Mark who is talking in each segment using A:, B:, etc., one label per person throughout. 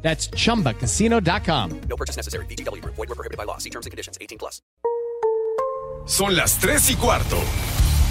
A: That's chumbacasino.com.
B: No purchase necessary. BGW. Void were prohibited by law. See terms and conditions. 18 plus.
C: Son las 3 y cuarto.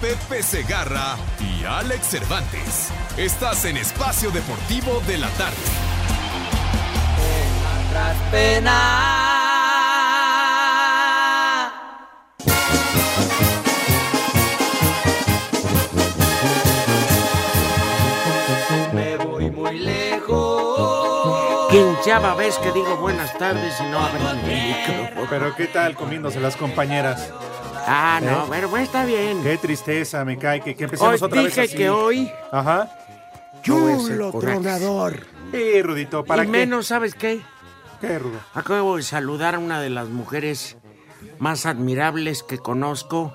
C: Pepe Segarra y Alex Cervantes. Estás en Espacio Deportivo de la Tarde.
D: Quinchava vez que digo buenas tardes y no abren el micrófono.
E: Pero qué tal comiéndose las compañeras.
D: Ah,
F: ¿Eh?
D: no, pero bueno, está bien.
E: Qué tristeza, me cae que, que
D: Hoy
E: empecemos otra vez
D: dije
E: así.
D: que hoy,
E: Ajá.
D: chulo tronador.
E: Sí, Rudito, ¿para
D: y
E: qué?
D: menos, ¿sabes qué?
E: Qué rudo.
D: Acabo de saludar a una de las mujeres más admirables que conozco,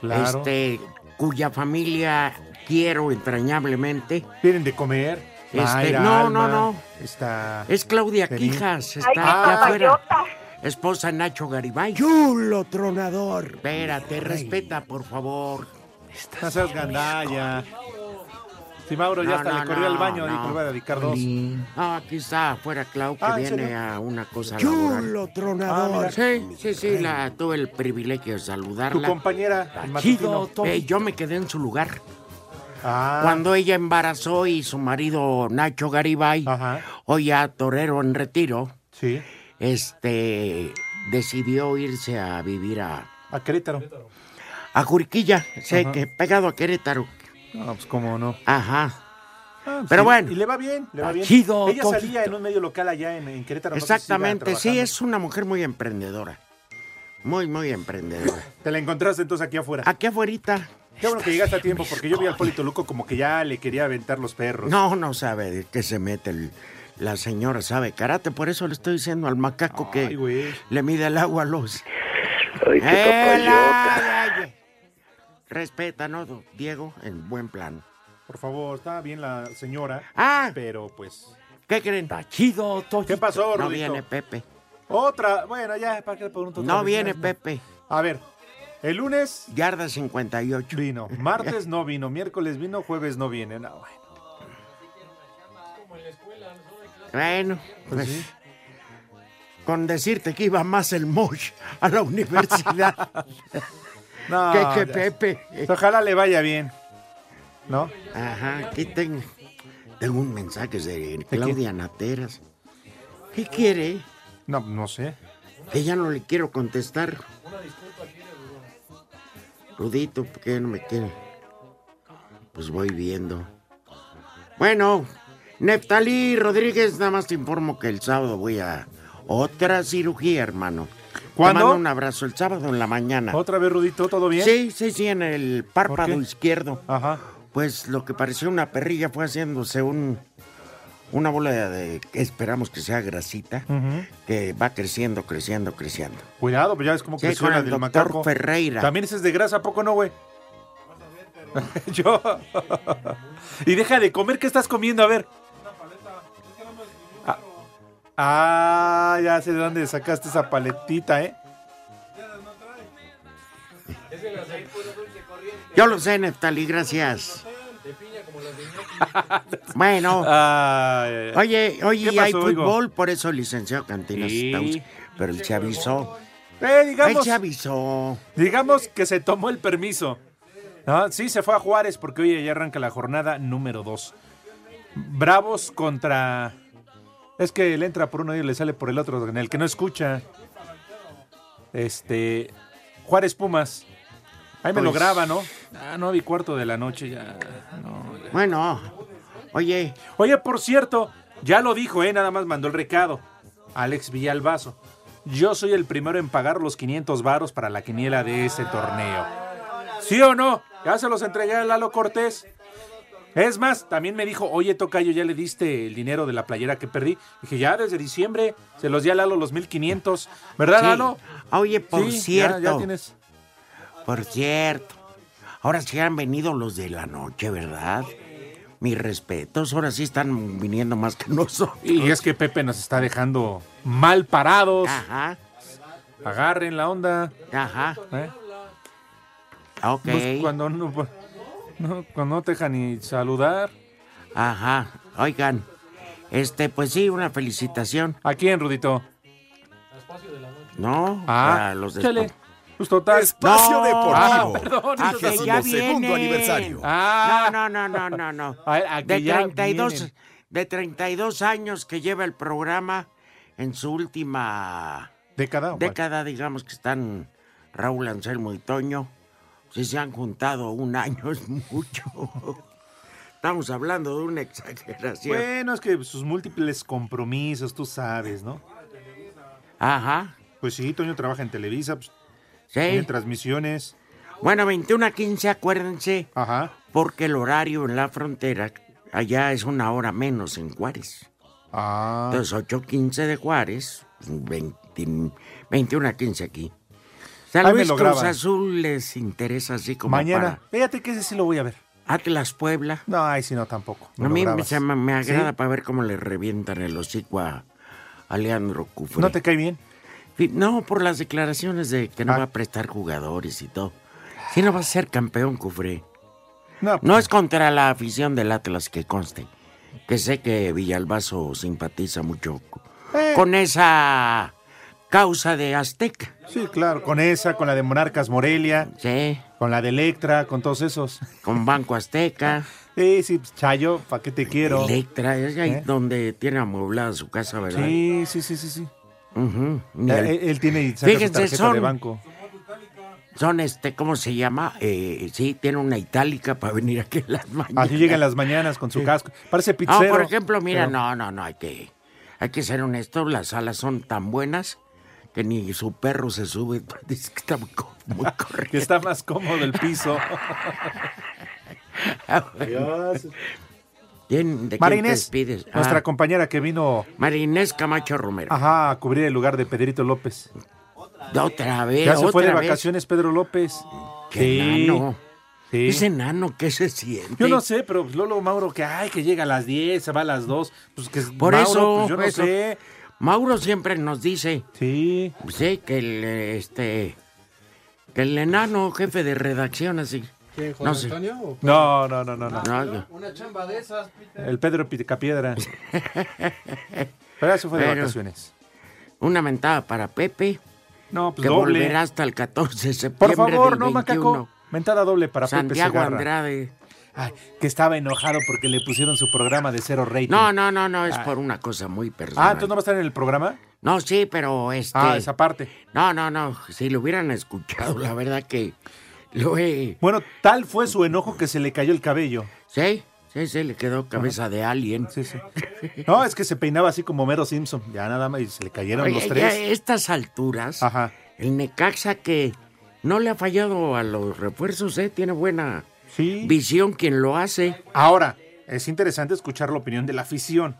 E: Claro.
D: este, cuya familia quiero entrañablemente.
E: Vienen de comer.
D: Este, no, no, no.
E: Está.
D: Es Claudia
E: Vení.
D: Quijas, está
G: Ay, qué
D: allá afuera.
G: papayota.
D: Esposa de Nacho Garibay.
F: Chulo tronador.
D: Espérate, respeta, por favor.
E: No seas gandalla. Sí, Mauro ya
D: No,
E: hasta
D: no,
E: le corrió al
D: no,
E: baño y
D: no.
E: te voy a dedicar dos.
D: Ah, aquí está afuera Clau, que
E: Ah, ¿en
D: viene
E: serio?
D: a una cosa laboral.
F: Chulo tronador.
D: Sí, sí, sí, la, tuve el privilegio de saludarla.
E: Ah, Tu compañera, el
D: Está
E: matutino.
D: chido. Eh, yo me quedé en su lugar.
E: Ah,
D: Cuando ella embarazó y su marido Nacho Garibay,
E: Ajá.
D: hoy ya torero en retiro,
E: sí.
D: este decidió irse a vivir a,
E: A Querétaro.
D: a Juriquilla, sé que pegado a Querétaro.
E: No, pues cómo no.
D: Ajá.
E: Ah, pues
D: Pero
E: sí,
D: bueno.
E: Y le va bien, le va bien.
D: Chido,
E: Ella salía
D: Toquito.
E: en un medio local allá en, en Querétaro. no sé si siga
D: Exactamente, sí,
E: trabajando.
D: es una mujer muy emprendedora. Muy, muy emprendedora.
E: Te la encontraste entonces aquí afuera.
D: Aquí afuerita.
E: Qué bueno que llegaste a tiempo, porque yo vi al Polito Luco como que ya le quería aventar los perros.
D: No, no sabe de qué se mete el- la señora, sabe karate. Por eso le estoy diciendo al macaco
E: Ay,
D: que
E: güey.
D: le mide el agua a los.
H: Ay, qué
D: ¡Eh,
H: papayota.
D: la- la- Respeta, ¿no, don Diego? En buen plan.
E: Por favor, está bien la señora,
D: Ah,
E: pero pues...
D: ¿qué creen?
E: ¿Qué pasó,
D: No
E: Rudito?
D: viene Pepe.
E: Otra, bueno, ya, ¿para qué le pregunto otra
D: No
E: vez?
D: viene
E: Ya,
D: Pepe.
E: A ver, el lunes
D: Yarda 58.
E: vino, martes no vino, miércoles vino, jueves no viene. No, bueno.
D: Bueno, pues,
E: sí.
D: con decirte que iba más el Mosh a la universidad
E: No,
D: que, que
E: Ah, ya.
D: Pepe.
E: Ojalá le vaya bien, ¿no?
D: Ajá, aquí tengo, tengo un mensaje de Claudia Nateras. ¿Qué quiere?
E: No, no sé.
D: Que Eh, ya no le quiero contestar. Rudito, ¿por qué no me quiere? Pues voy viendo. Bueno, Neftalí Rodríguez, nada más te informo que el sábado voy a otra cirugía, hermano.
E: ¿Cuándo?
D: Te mando un abrazo el sábado en la mañana.
E: Otra vez, Rudito, ¿todo bien?
D: Sí, sí, sí, en el párpado
E: ¿Por qué? Ah.
D: izquierdo.
E: Ajá.
D: Pues lo que pareció una perrilla fue haciéndose un una bola de, que esperamos que sea grasita, que va creciendo, creciendo, creciendo.
E: Cuidado, pues ya ves cómo
D: Sí,
E: que
D: con
E: suena
D: el
E: del
D: doctor
E: macaco.
D: Ferreira.
E: También ese es de grasa, ¿a poco no, güey? Yo. y deja de comer, ¿qué estás comiendo? A ver. Ah, ah, ya sé de dónde sacaste esa paletita, ¿eh?
D: Yo lo sé, Neftali, gracias. bueno,
E: Ay,
D: oye,
E: ¿Qué
D: oye,
E: pasó,
D: hay
E: hijo?
D: fútbol, por eso el licenciado Cantinas
E: Sí.
D: está bus- Pero él se avisó.
E: eh,
D: Él
E: digamos,
D: se avisó.
E: digamos que se tomó el permiso. Ah, sí, se fue a Juárez porque hoy ya arranca la jornada número 2. Bravos contra. Es que él entra por uno y le sale por el otro, en el que no escucha. Este. Juárez Pumas. Ahí me lo
D: Pues-
E: graba, ¿no? Ah, nueve y cuarto de la noche ya. No, ya.
D: Bueno, oye,
E: Oye, por cierto, ya lo dijo, ¿eh? Nada más mandó el recado. Alex Villalbazo. Yo soy el primero en pagar los 500 varos para la quiniela de ese torneo. ¿Sí o no? Ya se los entregué a Lalo Cortés. Es más, también me dijo, oye, Tocayo, ¿ya le diste el dinero de la playera que perdí? Dije, ya desde diciembre se los di a Lalo los 1500. ¿Verdad,
D: Sí.
E: Lalo?
D: Oye, por
E: Sí, ya-
D: cierto,
E: ya tienes...
D: por cierto. Ahora sí han venido los de la noche, ¿verdad? Mis respetos, ahora sí están viniendo más que nosotros.
E: Y es que Pepe nos está dejando mal parados.
D: Ajá,
E: Agarren la onda.
D: ajá,
E: ¿eh?
D: ok.
E: Pues cuando no, no- cuando no te deja ni saludar.
D: Ajá, oigan, este, pues sí, una felicitación,
E: ¿A quién, Rudito?
D: ¿no?
E: Ah,
D: Para los de
E: chale. Pues total.
C: Espacio
D: No.
E: Ah,
C: Deportivo.
E: perdón.
D: Ah, que ya
C: 52 segundo
D: vienen.
C: aniversario.
E: Ah,
D: No, no, no, no, no, no.
E: A ver, a que
D: de,
E: ya
D: 32,
E: vienen.
D: de 32 años que lleva el programa en su
E: Ah,
D: última
E: Década. güey.
D: década, digamos que están Raúl Anselmo y Toño. Si se han juntado un año es mucho. Estamos hablando de una exageración.
E: Bueno, es que sus múltiples compromisos, tú sabes, ¿no?
D: Ajá,
E: Pues sí, Toño trabaja en Televisa, pues,
D: sí.
E: tiene transmisiones.
D: Bueno, 21 a 15, acuérdense,
E: Ajá.
D: porque el horario en la frontera allá es una hora menos en Juárez.
E: Ah.
D: Entonces, 8.15 de Juárez, 20 21 a 15 aquí. San
E: Ahí me
D: Luis
E: lo
D: Cruz
E: graban.
D: Azul les interesa así como
E: Mañana.
D: para
E: Fíjate que ese sí lo voy a ver.
D: Atlas Puebla.
E: No, ay, si no, tampoco. Me
D: a
E: lo
D: mí me,
E: grabas.
D: se me- me agrada
E: ¿Sí?
D: para ver cómo le revientan el hocico a, a Leandro Cufre.
E: ¿No te cae bien?
D: Sí, No, por las declaraciones de que no
E: Ah.
D: va a prestar jugadores y todo. Si no va a ser campeón, Cufre.
E: No, pues,
D: No es contra la afición del Atlas que conste. Que sé que Villalbazo simpatiza mucho co-
E: Eh.
D: con esa causa de Azteca.
E: Sí, claro, con esa, con la de Monarcas Morelia,
D: Sí,
E: con la de Electra, con todos esos.
D: con Banco Azteca,
E: Sí, sí, pues, Chayo, ¿para qué te quiero?
D: Electra, es ahí
E: ¿Eh?
D: donde tiene amueblada su casa, ¿verdad?
E: Sí, sí, sí, sí, sí.
D: Ujú. Y
E: Eh,
D: el-
E: Él, él tiene y saca su
D: Fíjense,
E: tarjeta de
D: son-
E: banco.
D: Son este, ¿cómo se llama? Eh, sí, tiene una itálica para venir aquí en las mañanas.
E: Así llega en las mañanas con su casco. Parece
D: No,
E: pizzero.
D: Ah, por ejemplo, mira,
E: pero-
D: no, no, no, hay que, hay que ser honestos, las salas son tan buenas que ni su perro se sube, dice que está muy, co- muy
E: Que
D: corriente.
E: está más cómodo el piso.
D: ¿Quién- ¿De quién te
E: Marinés,
D: despides? Ah,
E: nuestra Ah. compañera que vino
D: Marinés Camacho Romero.
E: ajá, a cubrir el lugar de Pedrito López.
D: Otra vez,
E: Ya se fue de
D: otra vez.
E: vacaciones Pedro López.
D: Qué
E: Sí,
D: enano.
E: sí.
D: Ese enano, ¿qué se siente?
E: Yo no sé, pero pues, Lolo Mauro que ay, que llega a las 10, se va a las 2, pues que es
D: Por
E: Mauro,
D: eso,
E: pues yo no
D: eso.
E: sé.
D: Mauro siempre nos dice,
E: Sí.
D: sí, que el, eh, este, que el enano jefe de redacción, así. no sé.
E: No, no, no, no, no.
D: No, no.
E: El Pedro Picapiedra. Pero ya se fue de
D: Pero-
E: vacaciones.
D: Una mentada para Pepe.
E: No, pues
D: que
E: doble.
D: volverá hasta el 14 de septiembre
E: Por favor,
D: del
E: no,
D: 21.
E: macaco. Mentada doble para
D: Santiago
E: Pepe Segarra.
D: Andrade.
E: Ay, que estaba enojado porque le pusieron su programa de cero rating.
D: No, no, no, no, es por una cosa muy personal.
E: Ah, ¿entonces no va a estar en el programa?
D: No, sí, pero este...
E: Ah, esa parte.
D: No, no, no, si lo hubieran escuchado, la verdad que lo he...
E: Bueno, tal fue su enojo que se le cayó el cabello.
D: Sí, sí, sí, le quedó cabeza de alien.
E: Sí, sí. No, es que se peinaba así como Mero Simpson. Ya nada más, y se le cayeron
D: Oye,
E: los
D: ya
E: tres.
D: a estas alturas,
E: Ajá.
D: el Necaxa que no le ha fallado a los refuerzos, ¿eh? Tiene buena
E: Sí.
D: visión quien lo hace.
E: Ahora, es interesante escuchar la opinión de la afición.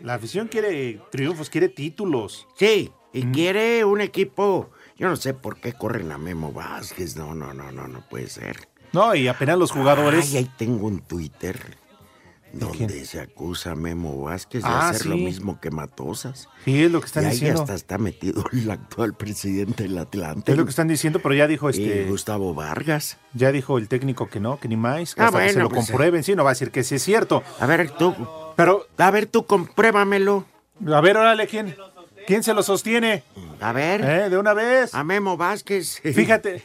E: La afición quiere triunfos, quiere títulos.
D: Sí,
E: Mm.
D: y quiere un equipo... Yo no sé por qué corren a Memo Vázquez. No, no, no, no, no puede ser.
E: No, y apenas los jugadores.
D: Ay, ahí tengo un Twitter donde
E: quién?
D: se acusa a Memo Vázquez de
E: Ah,
D: hacer lo
E: sí.
D: mismo que Matosas.
E: Sí, es lo que están
D: y ahí
E: diciendo.
D: hasta está metido el actual presidente del Atlante.
E: Es lo que están diciendo, pero ya dijo este.
D: Y Gustavo Vargas.
E: Ya dijo el técnico que no, que ni más, que
D: Ah,
E: hasta que se
D: bueno,
E: lo
D: pues,
E: comprueben, sí, no va a decir que sí es cierto.
D: A ver tú,
E: Pero,
D: a ver tú, compruébamelo.
E: a ver, órale, ¿quién, quién se lo sostiene?
D: A ver,
E: ¿Eh? De una vez.
D: a Memo Vázquez.
E: Fíjate,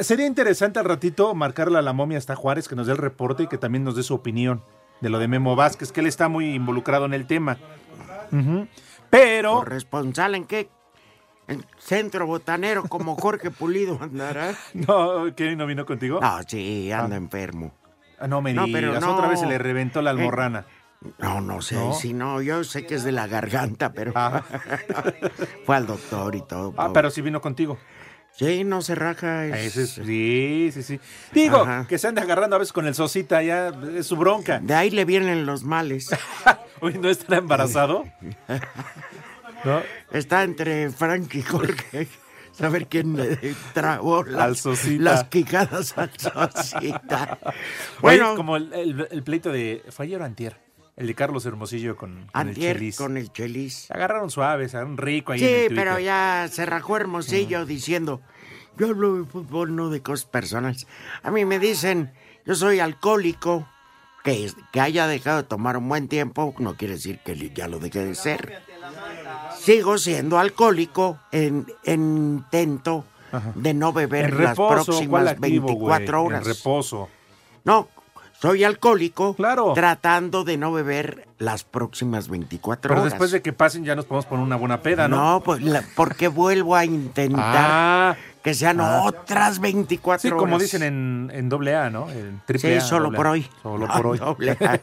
E: sería interesante al ratito marcarle a la momia hasta Juárez que nos dé el reporte y que también nos dé su opinión de lo de Memo Vázquez, que él está muy involucrado en el tema. Ujú. Pero,
D: ¿Corresponsal en qué? en centro botanero como Jorge Pulido andará.
E: No, ¿Kenny no vino contigo?
D: No, sí, anda enfermo.
E: Ah, no me
D: No,
E: digas,
D: pero no. Eh,
E: otra vez se le reventó la almorrana.
D: No, no sé,
E: ¿No?
D: si no, yo sé que es de la garganta, pero
E: Ah.
D: fue al doctor y todo.
E: Ah,
D: pobre.
E: pero sí vino contigo.
D: Sí, no se raja. Ah, es-
E: Ese es- sí, sí, sí. Digo,
D: Ajá.
E: que se anda agarrando a veces con el Sosita, ya es su bronca.
D: De ahí le vienen los males.
E: Uy, ¿no estará embarazado? ¿No?
D: Está entre Frank y Jorge. Saber quién le trabó
E: Al
D: las,
E: Sosita.
D: las quijadas al Sosita.
E: Bueno,
D: Bueno,
E: como el, el- el pleito de. ¿Fue ayer o antier? El de Carlos Hermosillo con, con el
D: antier
E: Chelis.
D: con el chelis.
E: Se agarraron suaves, se agarraron rico ahí. en el
D: Sí,
E: Twitter.
D: pero ya se rajó Hermosillo diciendo, yo hablo de fútbol, no de cosas personales. A mí me dicen, yo soy alcohólico, que, que haya dejado de tomar un buen tiempo, no quiere decir que li- ya lo deje de ser. Sigo siendo alcohólico en, en intento de no beber
E: En
D: las
E: reposo,
D: próximas
E: ¿cuál activo,
D: 24
E: güey?
D: horas.
E: En reposo.
D: No, soy alcohólico
E: Claro.
D: tratando de no beber las próximas 24
E: Pero
D: horas.
E: después de que pasen ya nos podemos poner una buena peda, ¿no?
D: No, pues la- porque vuelvo a intentar
E: Ah,
D: que sean
E: Ah.
D: otras 24
E: sí,
D: horas.
E: como dicen en, en doble A, ¿no? En triple
D: Sí,
E: A,
D: solo
E: doble
D: por
E: A.
D: hoy.
E: Solo
D: No,
E: por hoy.
D: doble A.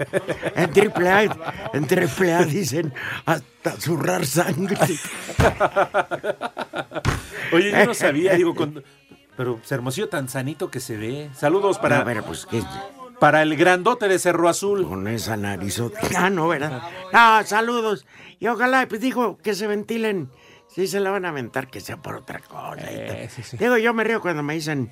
D: En triple A, en triple A dicen hasta zurrar sangre.
E: Oye, yo no sabía, digo, con- pero Hermosillo tan sanito que se ve. Saludos
D: Para,
E: para,
D: a ver, pues que
E: para el grandote de Cerro Azul.
D: con esa narizota. Ah, no, ¿verdad? No, saludos. Y ojalá, pues digo, que se ventilen. Si se la van a aventar, que sea por otra cosa. y tal.
E: Eh, sí, sí.
D: Digo, yo me río cuando me dicen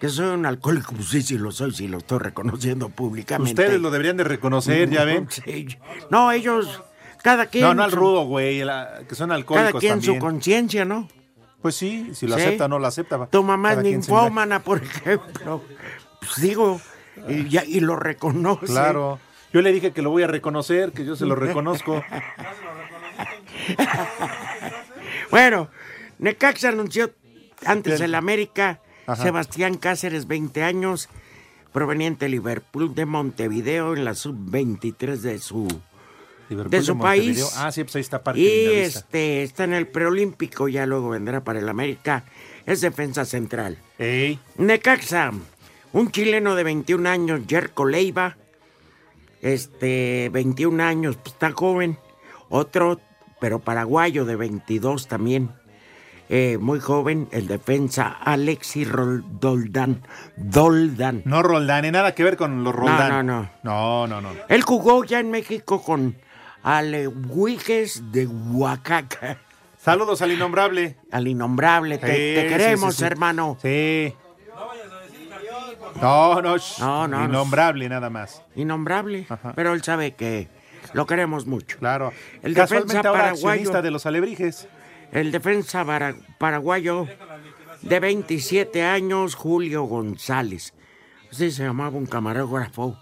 D: que soy un alcohólico. Pues sí, sí lo soy, sí lo estoy reconociendo públicamente.
E: Ustedes lo deberían de reconocer, ya ven.
D: Sí. No, ellos, cada quien.
E: No, no al
D: su-
E: rudo, güey, la- que son
D: Cada
E: alcohólicos
D: quien su
E: también.
D: conciencia, ¿no?
E: Pues sí, si lo
D: Sí.
E: acepta o no lo acepta.
D: Tu mamá es
E: cada quien se engaña.
D: ninfómana, por ejemplo. Pues digo, y, ya- y lo reconoce.
E: Claro. Yo le dije que lo voy a reconocer, que yo se lo reconozco.
D: Bueno, Necaxa anunció antes
E: Bien.
D: el América,
E: Ajá.
D: Sebastián Cáceres, 20 años, proveniente de Liverpool de Montevideo en la sub-23 de su
E: Liverpool
D: de su
E: Montevideo.
D: país.
E: Ah, sí, pues ahí está Parque
D: Y
E: Lindavista.
D: este, está en el preolímpico, ya luego vendrá para el América. Es defensa central.
E: Ey,
D: Necaxa, un chileno de 21 años, Jerko Leiva, este, 21 años, pues, está joven. Otro, pero paraguayo de 22 también, eh, muy joven, el defensa Alexis Rol- Doldán. Doldán.
E: no Roldán, eh, nada que ver con los Roldán.
D: no,
E: no. No, no, no.
D: Él jugó ya en México con Alewiges de Oaxaca.
E: Saludos al innombrable.
D: Al innombrable, te,
E: Sí,
D: te
E: sí,
D: queremos,
E: sí, sí.
D: hermano.
E: Sí. No, no, shh,
D: No, no, no.
E: Innombrable nada más.
D: Innombrable,
E: Ajá.
D: pero él sabe que lo queremos mucho.
E: Claro.
D: El
E: Casualmente
D: defensa
E: ahora
D: paraguayo.
E: accionista de los alebrijes.
D: El defensa para- paraguayo de 27 años, Julio González. Así se llamaba un camarógrafo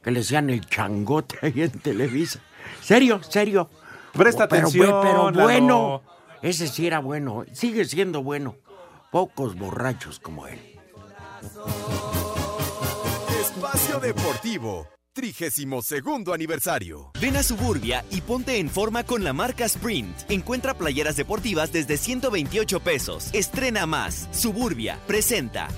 D: que le decían el changote ahí en Televisa. Serio, serio.
E: Presta
D: Pero bu-
E: atención,
D: Pero,
E: Lalo.
D: bueno, ese sí era bueno, sigue siendo bueno. Pocos borrachos como él.
C: Espacio Deportivo, 32 aniversario.
G: Ven a Suburbia y ponte en forma con la marca Sprint. Encuentra playeras deportivas desde 128 pesos. Estrena más. Suburbia presenta.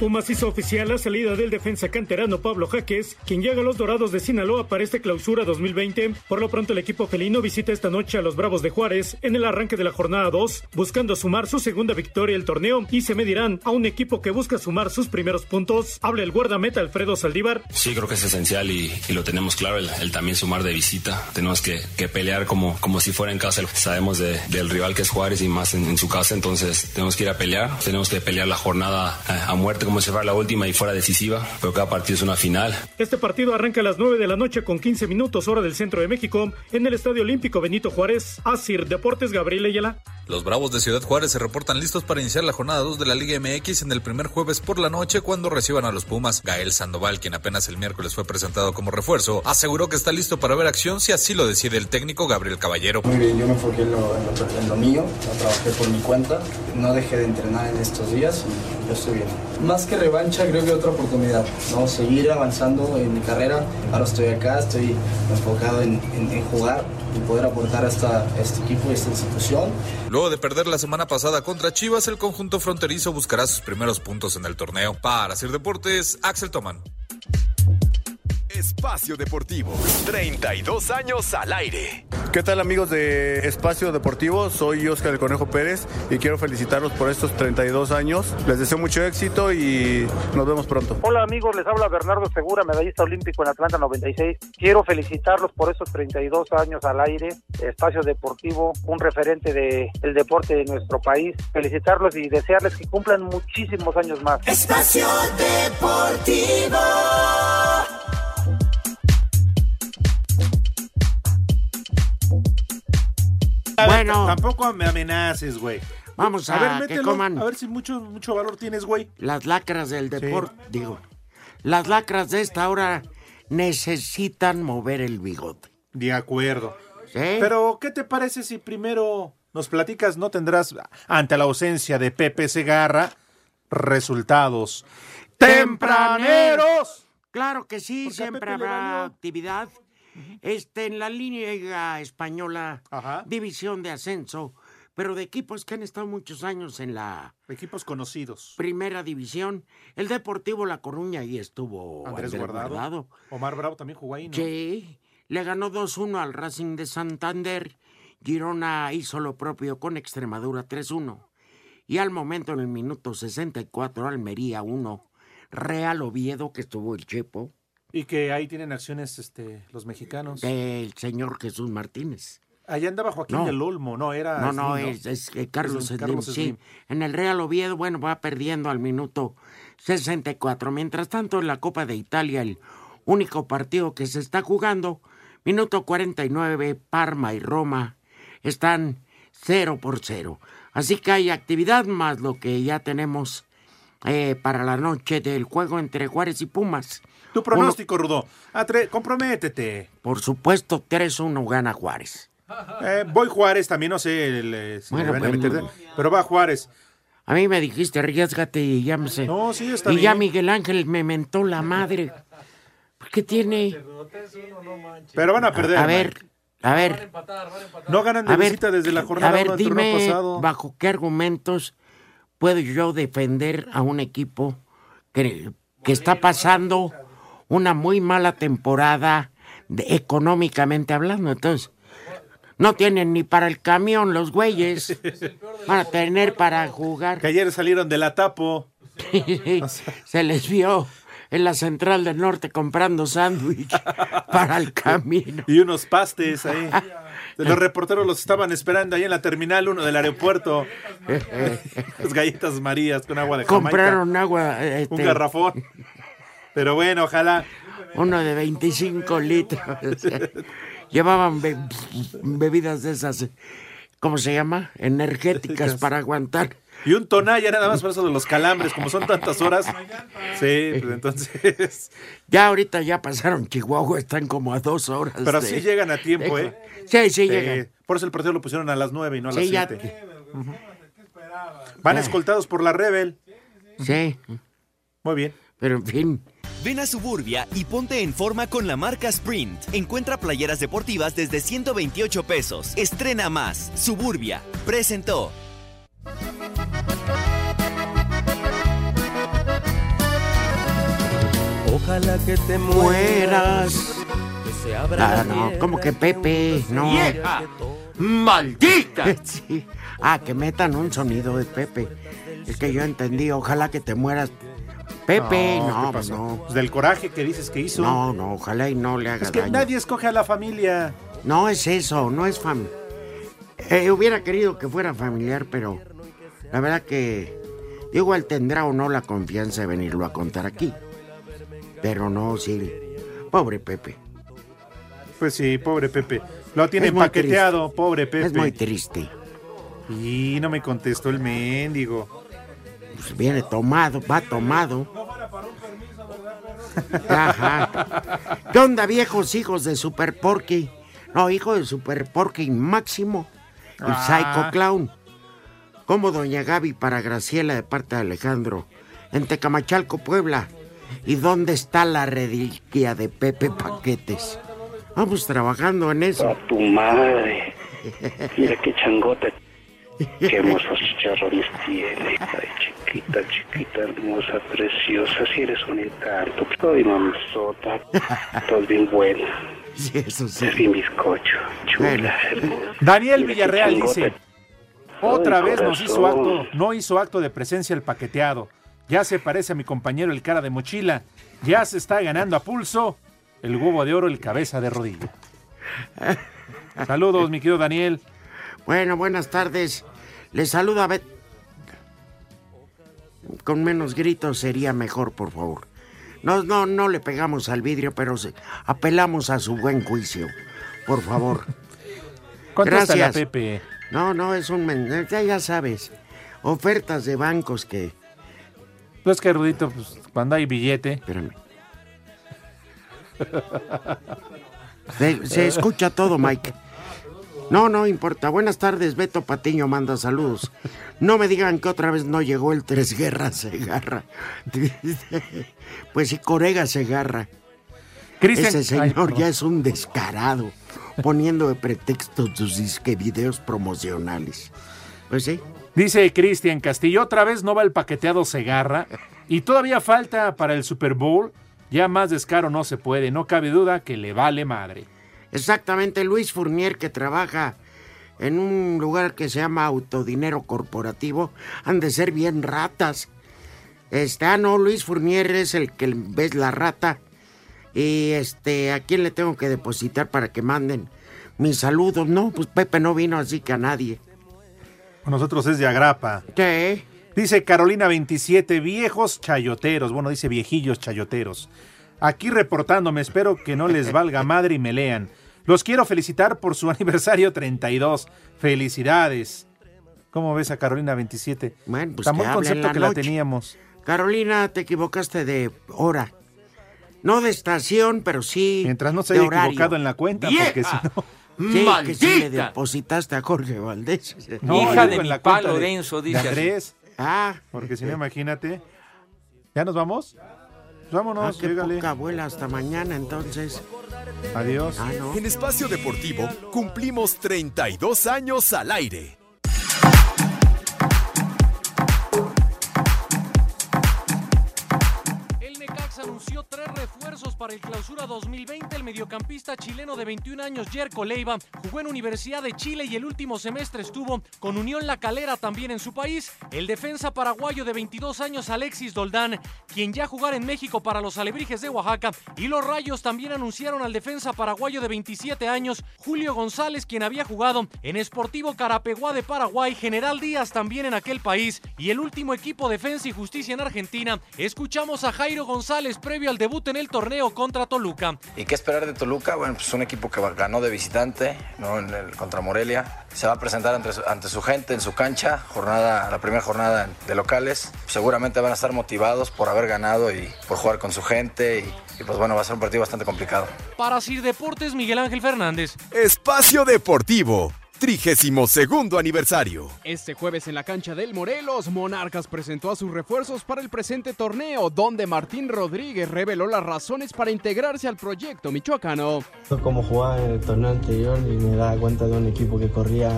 H: Pumas hizo oficial la salida del defensa canterano Pablo Jaques, quien llega a los Dorados de Sinaloa para esta clausura 2020. Por lo pronto, el equipo felino visita esta noche a los Bravos de Juárez en el arranque de la jornada 2, buscando sumar su segunda victoria del torneo y se medirán a un equipo que busca sumar sus primeros puntos. Habla el guardameta Alfredo Saldívar.
I: Sí, creo que es esencial y, y lo tenemos claro, el, el también sumar de visita. Tenemos que, que pelear como, como si fuera en casa. Sabemos de- del rival que es Juárez y más en, en su casa, entonces tenemos que ir a pelear. Tenemos que pelear la jornada eh, a, muerte como si fuera la última y fuera decisiva. Pero cada partido es una final.
H: Este partido arranca a las 9 de la noche con 15 minutos hora del centro de México en el Estadio Olímpico Benito Juárez. Asir Deportes Gabriel Ayala.
J: Los Bravos de Ciudad Juárez se reportan listos para iniciar la jornada 2 de la Liga MX en el primer jueves por la noche cuando reciban a los Pumas. Gael Sandoval, quien apenas el miércoles fue presentado como refuerzo, aseguró que está listo para ver acción si así lo decide el técnico Gabriel Caballero.
I: Muy bien, yo me enfoqué en lo, en lo- en lo mío, lo trabajé por mi cuenta, no dejé de entrenar en estos días y yo estoy bien. Más
K: más que revancha, creo que otra oportunidad. ¿no? Seguir avanzando en mi carrera. Ahora estoy acá, estoy enfocado en, en- en jugar y poder aportar a, esta- a este equipo y a esta institución.
J: Luego de perder la semana pasada contra Chivas, el conjunto fronterizo buscará sus primeros puntos en el torneo. Para Sir Deportes, Axel Toman.
C: Espacio Deportivo. 32 años al aire.
L: ¿Qué tal amigos de Espacio Deportivo? Soy Oscar el Conejo Pérez y quiero felicitarlos por estos 32 años. Les deseo mucho éxito y nos vemos pronto.
M: Hola amigos, les habla Bernardo Segura, medallista olímpico en Atlanta 96. Quiero felicitarlos por esos 32 años al aire, espacio deportivo, un referente del el deporte de nuestro país. Felicitarlos y desearles que cumplan muchísimos años más.
N: Espacio Deportivo.
E: Bueno. Tampoco me amenaces, güey.
D: Vamos a que coman.
E: A ver si mucho, mucho valor tienes, güey.
D: Las lacras del deporte, digo, las lacras de esta hora necesitan mover el bigote.
E: De acuerdo. Pero, ¿qué te parece si primero nos platicas, no tendrás, ante la ausencia de Pepe Segarra, resultados? ¡Tempraneros!
D: Claro que sí, siempre habrá actividad. Este, en la línea española, división de ascenso, pero de equipos que han estado muchos años en la...
E: Equipos conocidos.
D: Primera división, el Deportivo La Coruña y estuvo
E: Andrés Guardado. Omar Bravo también jugó ahí, ¿no?
D: Sí, le ganó 2-1 al Racing de Santander. Girona hizo lo propio con Extremadura 3-1. Y al momento, en el minuto 64, Almería 1. Real Oviedo, que estuvo el Chepo,
E: Y que ahí tienen acciones este, los mexicanos.
D: del señor Jesús Martínez.
E: Allá andaba Joaquín
D: No.
E: del Olmo, no, era.
D: No, no,
E: Slim,
D: es, es, eh, Carlos
E: Es
D: Slim,
E: Carlos
D: sí.
E: Slim.
D: En el Real Oviedo, bueno, va perdiendo al minuto 64. Mientras tanto, en la Copa de Italia, el único partido que se está jugando, minuto 49, Parma y Roma están 0 por 0. Así que hay actividad más lo que ya tenemos eh, para la noche del juego entre Juárez y Pumas.
E: Tu pronóstico, Rudo. Atre- comprométete.
D: por supuesto, 3-1 gana Juárez.
E: Eh, voy Juárez también, no sé el, eh, si
D: Bueno,
E: le van a
D: bueno.
E: meter- Pero va Juárez.
D: A mí me dijiste, arriesgate y ya me sé.
E: No, sí, está
D: Y ya
E: bien.
D: Miguel Ángel me mentó la madre. ¿Qué tiene?
E: Pero van a perder.
D: A ver, a ver.
E: No ganan de
D: a ver,
E: visita desde la jornada
D: A ver,
E: uno del torneo
D: dime
E: pasado.
D: bajo qué argumentos puedo yo defender a un equipo que, que está pasando una muy mala temporada de- económicamente hablando. Entonces, no tienen ni para el camión los güeyes. Van a tener para jugar.
E: Que ayer salieron de la tapo.
D: Se les vio en la central del norte comprando sándwich para el camino.
E: Y unos pastes ahí. Los reporteros los estaban esperando ahí en la terminal 1 del aeropuerto. Las galletas marías con agua de Jamaica.
D: Compraron agua.
E: un
D: este,
E: garrafón. Pero bueno, ojalá.
D: Uno de 25 litros. Llevaban be- bebidas de esas, ¿cómo se llama? Energéticas para aguantar.
E: Y un tonalla nada más para eso de los calambres, como son tantas horas. Sí, pues entonces.
D: Ya ahorita ya pasaron Chihuahua, están como a dos horas.
E: Pero
D: de-
E: sí llegan a tiempo, ¿eh?
D: Sí, sí llegan.
E: Por eso el partido lo pusieron a las 9 y no a las
D: Sí, ya-
E: 7. Ujú. Van escoltados por la Rebel.
D: Sí.
E: Muy bien.
D: Pero en fin.
G: Ven a Suburbia y ponte en forma con la marca Sprint. Encuentra playeras deportivas desde 128 pesos. Estrena más. Suburbia presentó.
N: Ojalá que te
D: mueras.
N: Que se
D: Ah, no, como que Pepe, no.
N: ¡Vieja!
D: ¡Maldita! Sí. Ah, que metan un sonido de Pepe. Es que yo entendí, ojalá que te mueras. Pepe,
E: No, ¿qué
D: no, pues
E: pasó?
D: no.
E: Del coraje que dices que hizo.
D: No, no, ojalá y no le haga
E: Es que
D: daño.
E: nadie escoge a la familia.
D: No es eso, no es familia. hubiera querido que fuera familiar, pero la verdad que igual tendrá o no la confianza de venirlo a contar aquí. Pero no, sí. Pobre Pepe.
E: Pues sí, pobre Pepe. Lo tiene
D: Es muy
E: paqueteado,
D: triste.
E: pobre Pepe.
D: Es muy triste.
E: Y no me contestó el mendigo.
D: Pues viene tomado, va tomado. Ajá. ¿Qué onda, viejos hijos de Super Porky? No, hijo de Super Porky Máximo y
N: Ah.
D: Psycho Clown. Como Doña Gaby para Graciela de parte de Alejandro en Tecamachalco, Puebla. ¿Y dónde está la reliquia de Pepe Paquetes? Vamos trabajando en eso.
O: A tu madre. Mira qué changota. Qué hermosos chicharrones tiene. Ay, chiquita, chiquita, hermosa, preciosa. Si eres un encanto. Soy mamazota. Estás bien buena.
D: Sí, eso sí.
O: Es bien bizcocho. Chula, hermosa.
E: Daniel
O: Mira qué
E: Villarreal
O: changota.
E: dice, otra
O: Ay,
E: vez nos
O: corazón.
E: hizo acto, no hizo acto de presencia el paqueteado. Ya se parece a mi compañero el cara de mochila. Ya se está ganando a pulso el huevo de oro, el cabeza de rodilla. Saludos, mi querido Daniel.
D: Bueno, buenas tardes. Les saluda Bet. Con menos gritos sería mejor, por favor. No, no, no le pegamos al vidrio, pero se- apelamos a su buen juicio, por favor.
E: Contéstala,
D: Gracias.
E: Pepe.
D: No, no, es un men- ya, ya sabes. Ofertas de bancos que.
E: No es que Rudito, pues, cuando hay billete.
D: Espérame. Se, se escucha todo, Mike. No, no importa. Buenas tardes, Beto Patiño manda saludos. No me digan que otra vez no llegó el Tres Guerras Segarra. Pues sí, Corega Segarra.
E: Cristian-
D: Ese
E: Ay,
D: señor
E: perdón.
D: ya es un descarado, poniendo de pretexto sus disque videos promocionales. Pues sí.
E: Dice Cristian Castillo, otra vez no va el paqueteado Segarra y todavía falta para el Super Bowl. Ya más descaro no se puede, no cabe duda que le vale madre.
D: Exactamente, Luis Fournier, que trabaja en un lugar que se llama Autodinero Corporativo, han de ser bien ratas. Este, ah, no, Luis Fournier es el que ves la rata. Y este, ¿a quién le tengo que depositar para que manden mis saludos? No, pues Pepe no vino, así que a nadie.
E: Con nosotros es de agrapa. Dice Carolina 27, viejos chayoteros. Bueno, dice viejillos chayoteros. Aquí reportándome, espero que no les valga madre y me lean. Los quiero felicitar por su aniversario 32. Felicidades. ¿Cómo ves a Carolina 27?
D: Bueno, pues
E: Tan
D: que
E: buen
D: hable en
E: concepto
D: la
E: que la
D: noche.
E: teníamos.
D: Carolina, te equivocaste de hora. No de estación, pero sí.
E: Mientras no se
D: de
E: haya
D: horario.
E: equivocado en la cuenta, porque si no.
D: Sí, que sí le
E: ¡Maldita!
D: depositaste a Jorge Valdés.
E: No, digo, en la cuenta de- de
D: Andrés.
E: Andrés.
D: Ah.
E: Porque si no, imagínate. ¿Ya nos vamos? Vámonos,
D: Ah, qué
E: llégale.
D: poca abuela, hasta mañana entonces.
E: Adiós.
D: Ah, no.
C: En Espacio Deportivo cumplimos 32 años al aire.
P: El Necax anunció tres refuerzos para el Clausura 2020. El mediocampista chileno de 21 años, Jerko Leiva, jugó en Universidad de Chile y el último semestre estuvo con Unión La Calera también en su país. El defensa paraguayo de 22 años, Alexis Doldán, quien ya jugará en México para los Alebrijes de Oaxaca. Y los Rayos también anunciaron al defensa paraguayo de 27 años, Julio González, quien había jugado en Sportivo Carapeguá de Paraguay, General Díaz también en aquel país. Y el último equipo Defensa y Justicia en Argentina, escuchamos a Jairo González previo al debut en el torneo contra Toluca.
Q: ¿Y qué esperar de Toluca? Bueno, pues un equipo que va- ganó de visitante, ¿no? En el- contra Morelia. Se va a presentar ante, su- ante su gente en su cancha, jornada, la primera jornada de locales. Seguramente van a estar motivados por haber ganado y por jugar con su gente. Y, y pues bueno, va a ser un partido bastante complicado.
P: Para Sir Deportes, Miguel Ángel Fernández.
C: Espacio Deportivo, 32 aniversario.
R: Este jueves en la cancha del Morelos, Monarcas presentó a sus refuerzos para el presente torneo, donde Martín Rodríguez reveló las razones para integrarse al proyecto michoacano.
S: Como jugaba en el torneo anterior y me daba cuenta de un equipo que corría,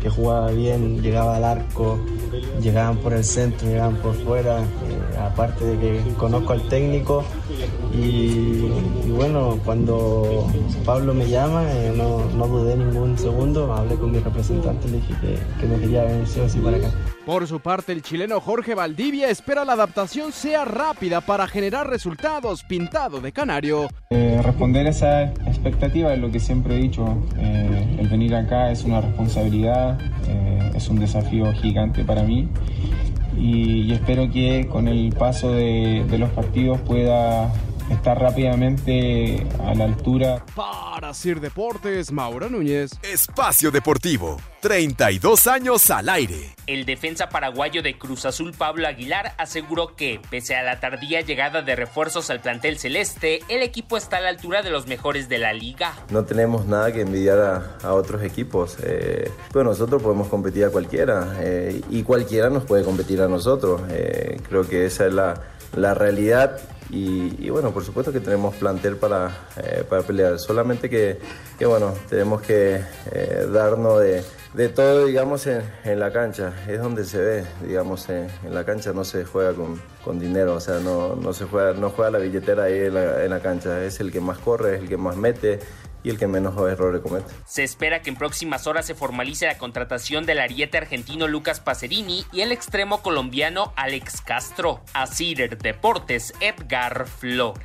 S: que jugaba bien, llegaba al arco, llegaban por el centro, llegaban por fuera, eh, aparte de que conozco al técnico y, y bueno, cuando Pablo me llama eh, no, no dudé ningún segundo, hablé con mi representante, le dije que, que me quería venir sí o sí para acá.
R: Por su parte, el chileno Jorge Valdivia espera la adaptación sea rápida para generar resultados pintado de canario.
T: Eh, responder a esa expectativa es lo que siempre he dicho. Eh, el venir acá es una responsabilidad, eh, es un desafío gigante para mí y, y espero que con el paso de, de los partidos pueda estar rápidamente a la altura.
R: Para Sir Deportes, Mauro Núñez.
C: Espacio Deportivo, 32 años al aire.
A: El defensa paraguayo de Cruz Azul Pablo Aguilar aseguró que, pese a la tardía llegada de refuerzos al plantel celeste, el equipo está a la altura de los mejores de la liga.
U: No tenemos nada que envidiar a, a otros equipos, eh, pero nosotros podemos competir a cualquiera eh, y cualquiera nos puede competir a nosotros. Eh, creo que esa es la, la realidad y, y, bueno, por supuesto que tenemos plantel para, eh, para pelear, solamente que, que, bueno, tenemos que eh, darnos de, de todo, digamos, en, en la cancha, es donde se ve, digamos, en, en la cancha no se juega con, con dinero, o sea, no, no se juega, no juega la billetera ahí en la, en la cancha, es el que más corre, es el que más mete, y el que menos errores comete.
A: Se espera que en próximas horas se formalice la contratación del ariete argentino Lucas Pacerini y el extremo colombiano Alex Castro. A Cider Deportes, Edgar Flores.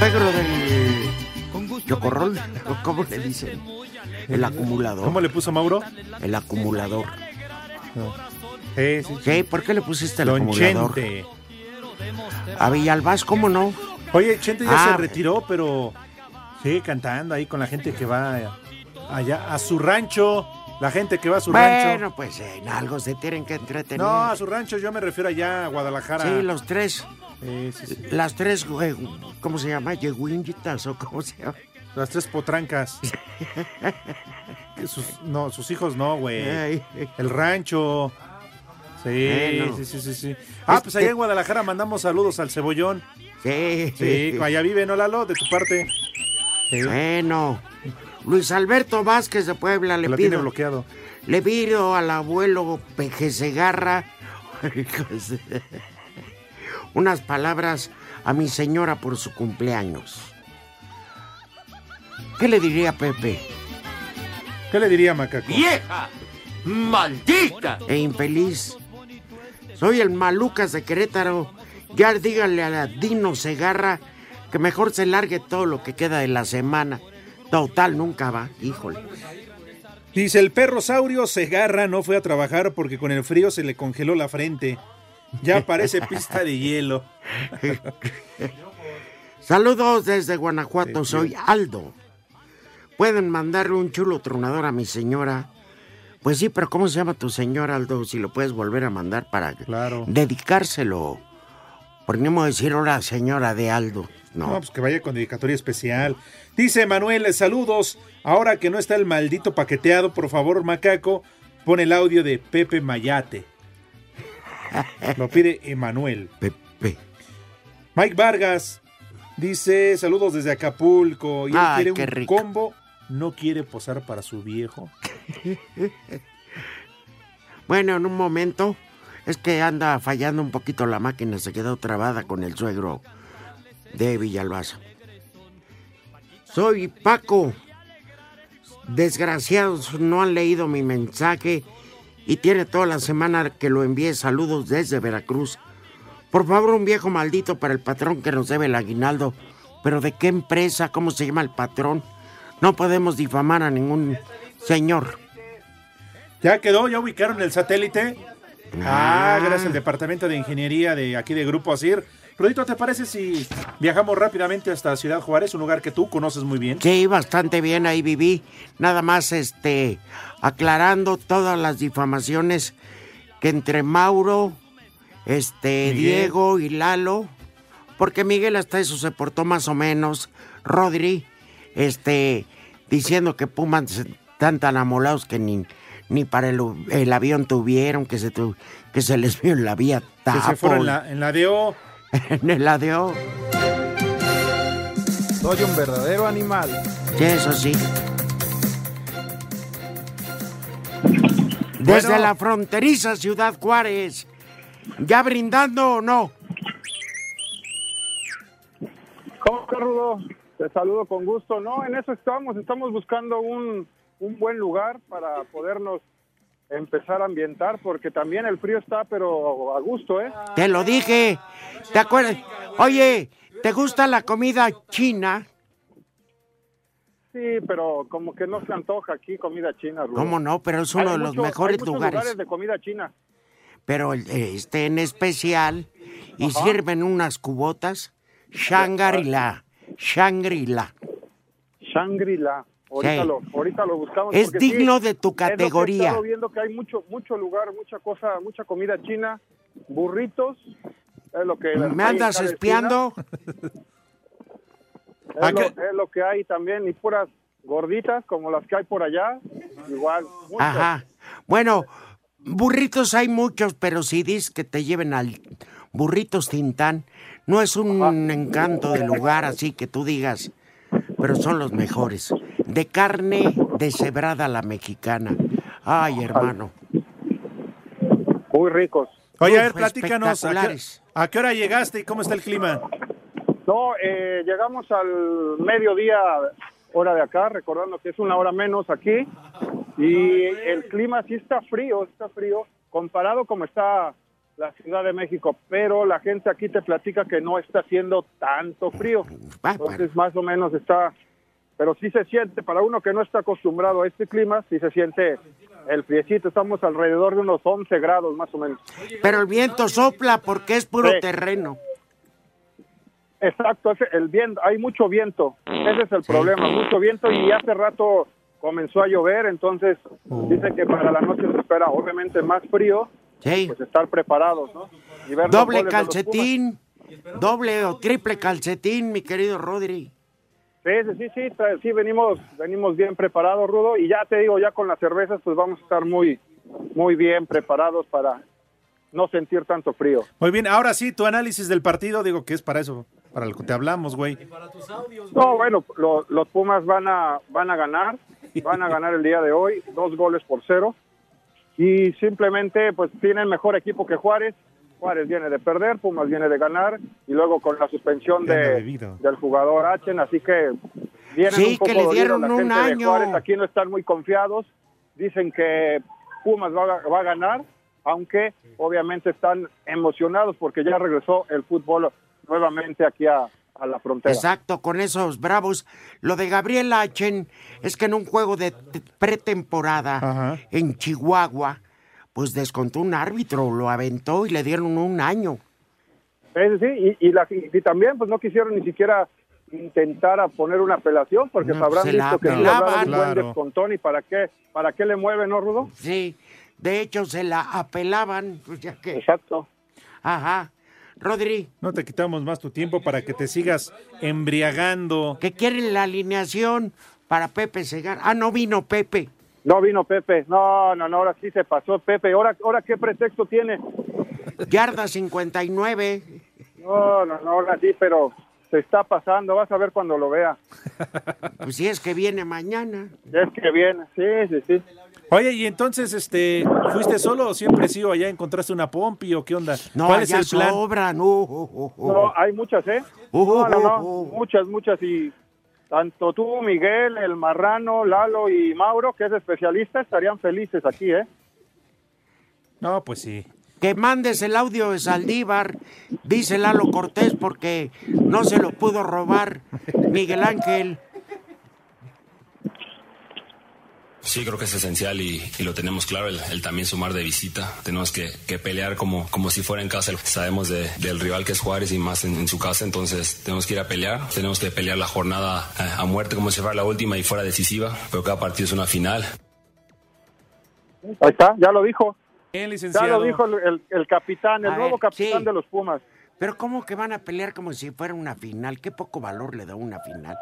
D: Negro del chocorrol, ¿o ¿cómo le dicen? El acumulador.
E: ¿Cómo le puso Mauro?
D: El acumulador.
E: Sí, sí,
D: sí. ¿Por qué le pusiste el
E: Don
D: acumulador?
E: Chente.
D: A Villalbás, ¿cómo no?
E: Oye, Chente ya
D: Ah.
E: se retiró, pero sigue cantando ahí con la gente que va allá a su rancho. La gente que va a su
D: Bueno,
E: rancho.
D: pues en algo se tienen que entretener.
E: No, a su rancho yo me refiero allá a Guadalajara.
D: Sí, los tres.
E: Sí, sí, sí.
D: Las tres, eh, ¿cómo se llama? Yeguinjitas o cómo se llama.
E: Las tres potrancas. Que sus- no, sus hijos no, güey.
D: Ey.
E: El rancho. Sí,
D: Bueno.
E: sí, sí, sí, sí. Ah, pues allá
D: Este-
E: en Guadalajara mandamos saludos al cebollón.
D: Sí.
E: Sí, allá vive, ¿no, Lalo? De tu parte.
D: Bueno, Luis Alberto Vázquez de Puebla le
E: La
D: pido.
E: tiene bloqueado.
D: Le pido al abuelo Pejesegarra unas palabras a mi señora por su cumpleaños. ¿Qué le diría Pepe?
E: ¿Qué le diría Macaco?
D: ¡Vieja! ¡Maldita! E infeliz. Soy el Malucas de Querétaro. Ya díganle a la Dino Segarra que mejor se largue todo lo que queda de la semana. Total, nunca va. Híjole.
E: Dice, el perro saurio Segarra no fue a trabajar porque con el frío se le congeló la frente. Ya parece pista de hielo.
D: Saludos desde Guanajuato, soy Aldo. Pueden mandarle un chulo tronador a mi señora. Pues sí, pero ¿cómo se llama tu señora, Aldo? Si lo puedes volver a mandar para dedicárselo. Podríamos decir ahora señora de Aldo. No.
E: No, pues que vaya con dedicatoria especial. Dice Manuel, saludos. Ahora que no está el maldito paqueteado, por favor, macaco, pon el audio de Pepe Mayate. Lo pide Emanuel.
D: Pepe.
E: Mike Vargas dice, saludos desde Acapulco. Y él
D: Ay,
E: quiere
D: qué
E: un
D: rico.
E: combo, no quiere posar para su viejo.
D: Bueno, en un momento. Es que anda fallando un poquito la máquina, se quedó trabada con el suegro de Villalbazo. Soy Paco. Desgraciados, no han leído mi mensaje y tiene toda la semana que lo envié saludos desde Veracruz. Por favor, un viejo maldito para el patrón que nos debe el aguinaldo. Pero ¿de qué empresa? ¿Cómo se llama el patrón? No podemos difamar a ningún señor.
E: Ya quedó, ya ubicaron el satélite. Ah, gracias al Departamento de Ingeniería de aquí de Grupo ASIR. Rudito, ¿te parece si viajamos rápidamente hasta Ciudad Juárez, un lugar que tú conoces muy bien?
D: Sí, bastante bien, ahí viví. Nada más, este, aclarando todas las difamaciones que entre Mauro, este,
E: Miguel.
D: Diego y Lalo, porque Miguel hasta eso se portó más o menos, Rodri, este, diciendo que Pumas están tan amolados que ni, ni para el, el avión tuvieron, que se, tu- que se les vio en la vía
E: Que se fueron en
D: tapo,
E: la, en la DO.
D: en el ADO.
E: Soy un verdadero animal.
D: Sí, eso sí. Desde
E: Bueno.
D: la fronteriza Ciudad Juárez. ¿Ya brindando o no?
V: ¿Cómo estás, Rudo? Te saludo con gusto. No, en eso estamos. Estamos buscando un, un buen lugar para podernos empezar a ambientar porque también el frío está, pero a gusto, ¿eh?
D: Te lo dije. ¿Te acuerdas? Oye, ¿te gusta la comida china?
V: Sí, pero como que no se antoja aquí comida china. Rudo.
D: ¿Cómo no? Pero es uno
V: Hay
D: de los
V: muchos-
D: mejores
V: hay muchos
D: lugares.
V: lugares de comida china.
D: Pero el- este en especial y
V: Ajá.
D: sirven unas cubotas Shangri-La. Shangri-La.
V: Shangri-La. Ahorita,
D: Sí.
V: lo, ahorita lo buscamos.
D: Es
V: porque
D: digno de tu
V: es lo que he
D: categoría.
V: estado viendo que hay mucho, mucho lugar, mucha cosa, mucha comida china, burritos. Es lo que
D: ¿Me andas
V: hay en cada
D: espiando?
V: esquina, Es, lo, es lo que hay también y puras gorditas como las que hay por allá. Igual. muchas.
D: Ajá. Bueno, burritos hay muchos, pero si dices que te lleven al burritos Tintán, no es un encanto de lugar así que tú digas, pero son los mejores. De carne deshebrada a la mexicana. Ay, hermano. Ah,
V: Muy ricos.
E: Oye, a
D: Uf,
E: ver, platícanos. ¿a qué,
D: espectaculares.
E: a qué hora llegaste y cómo está el clima?
V: No, eh, llegamos al mediodía, hora de acá, recordando que es una hora menos aquí. Y el clima sí está frío, está frío, comparado como está la Ciudad de México. Pero la gente aquí te platica que no está haciendo tanto frío. Entonces, más o menos está. Pero sí se siente, para uno que no está acostumbrado a este clima, sí se siente el friecito. Estamos alrededor de unos 11 grados, más o menos.
D: Pero el viento sopla porque es puro
V: Sí.
D: terreno.
V: Exacto, ese- el viento, hay mucho viento,
D: Mm.
V: ese es el problema, mucho viento y hace rato comenzó a llover, entonces
D: Mm.
V: dice que para la noche se espera obviamente más frío, pues estar preparados, ¿no? Y ver los
D: Doble
V: goles de los
D: calcetín, doble o triple calcetín, mi querido Rodri.
V: Pumas. Sí, sí, sí, sí, tra- sí, venimos, venimos bien preparados, Rudo, y ya te digo, ya con las cervezas pues vamos a estar muy, muy bien preparados para no sentir tanto frío.
E: Muy bien, ahora sí, tu análisis del partido, digo que es para eso, para lo que te hablamos, güey.
V: No, bueno, lo- los Pumas van a, van a ganar, van a ganar el día de hoy, dos goles por cero. Y simplemente, pues tienen mejor equipo que Juárez. Juárez viene de perder, Pumas viene de ganar, y luego con la suspensión
E: Ya anda
V: de,
E: bebido.
V: del jugador Achen, así que vienen
D: Sí,
V: un poco
D: que le
V: dolidos
D: dieron
V: la
D: un
V: gente de
D: año.
V: Juárez, aquí no están muy confiados, dicen que Pumas va, a- va a ganar, aunque obviamente están emocionados porque ya regresó el fútbol nuevamente aquí a, a la frontera.
D: Exacto, con esos bravos. Lo de Gabriel Achen es que en un juego de t- pretemporada en Chihuahua, pues descontó un árbitro, lo aventó y le dieron un año.
V: Sí, sí, sí, y, y, la- y también pues no quisieron ni siquiera intentar a poner una apelación porque
D: No,
V: sabrán
D: se la
V: visto que les
E: Ah,
V: habrá dado un
D: apelaban.
V: buen
D: Claro.
V: descontón y para qué, para qué le mueven, ¿no, Rudo?
D: Sí, de hecho se la apelaban, pues ya que.
V: Exacto.
D: Ajá. Rodri.
E: No te quitamos más tu tiempo para que te sigas embriagando.
D: ¿Qué quieren la alineación para Pepe Segar? Ah, no vino Pepe.
V: No vino Pepe, no, no, no, ahora sí se pasó Pepe, ahora, ahora qué pretexto tiene.
D: Yarda 59.
V: No, no, no, ahora sí, pero se está pasando, vas a ver cuando lo vea.
D: Pues si es que viene mañana.
V: Es que viene, sí, sí, sí.
E: Oye, y entonces, este, ¿fuiste solo o siempre sí o allá encontraste una pompi o qué onda?
D: No,
E: ¿Cuál es
D: ya
E: el plan?
D: sobran. uh, uh, uh, uh.
V: No, hay muchas, ¿eh?
D: Uh,
V: No, no, no,
D: uh,
V: muchas, muchas. Y tanto tú, Miguel, el Marrano, Lalo y Mauro, que es especialista, estarían felices aquí, ¿eh?
E: No, pues sí.
D: Que mandes el audio de Saldívar, dice Lalo Cortés, porque no se lo pudo robar Miguel Ángel.
I: Sí, creo que es esencial y, y lo tenemos claro, el, el también sumar de visita. Tenemos que, que pelear como, como si fuera en casa. Sabemos de- del rival que es Juárez y más en, en su casa, entonces tenemos que ir a pelear. Tenemos que pelear la jornada eh, a muerte como si fuera la última y fuera decisiva, pero cada partido es una final.
V: Ahí está, ya lo dijo.
E: licenciado.
V: Ya lo dijo el, el- el capitán, el
D: A
V: nuevo
D: ver,
V: capitán
D: sí.
V: de los Pumas.
D: Pero ¿cómo que van a pelear como si fuera una final? Qué poco valor le da una final.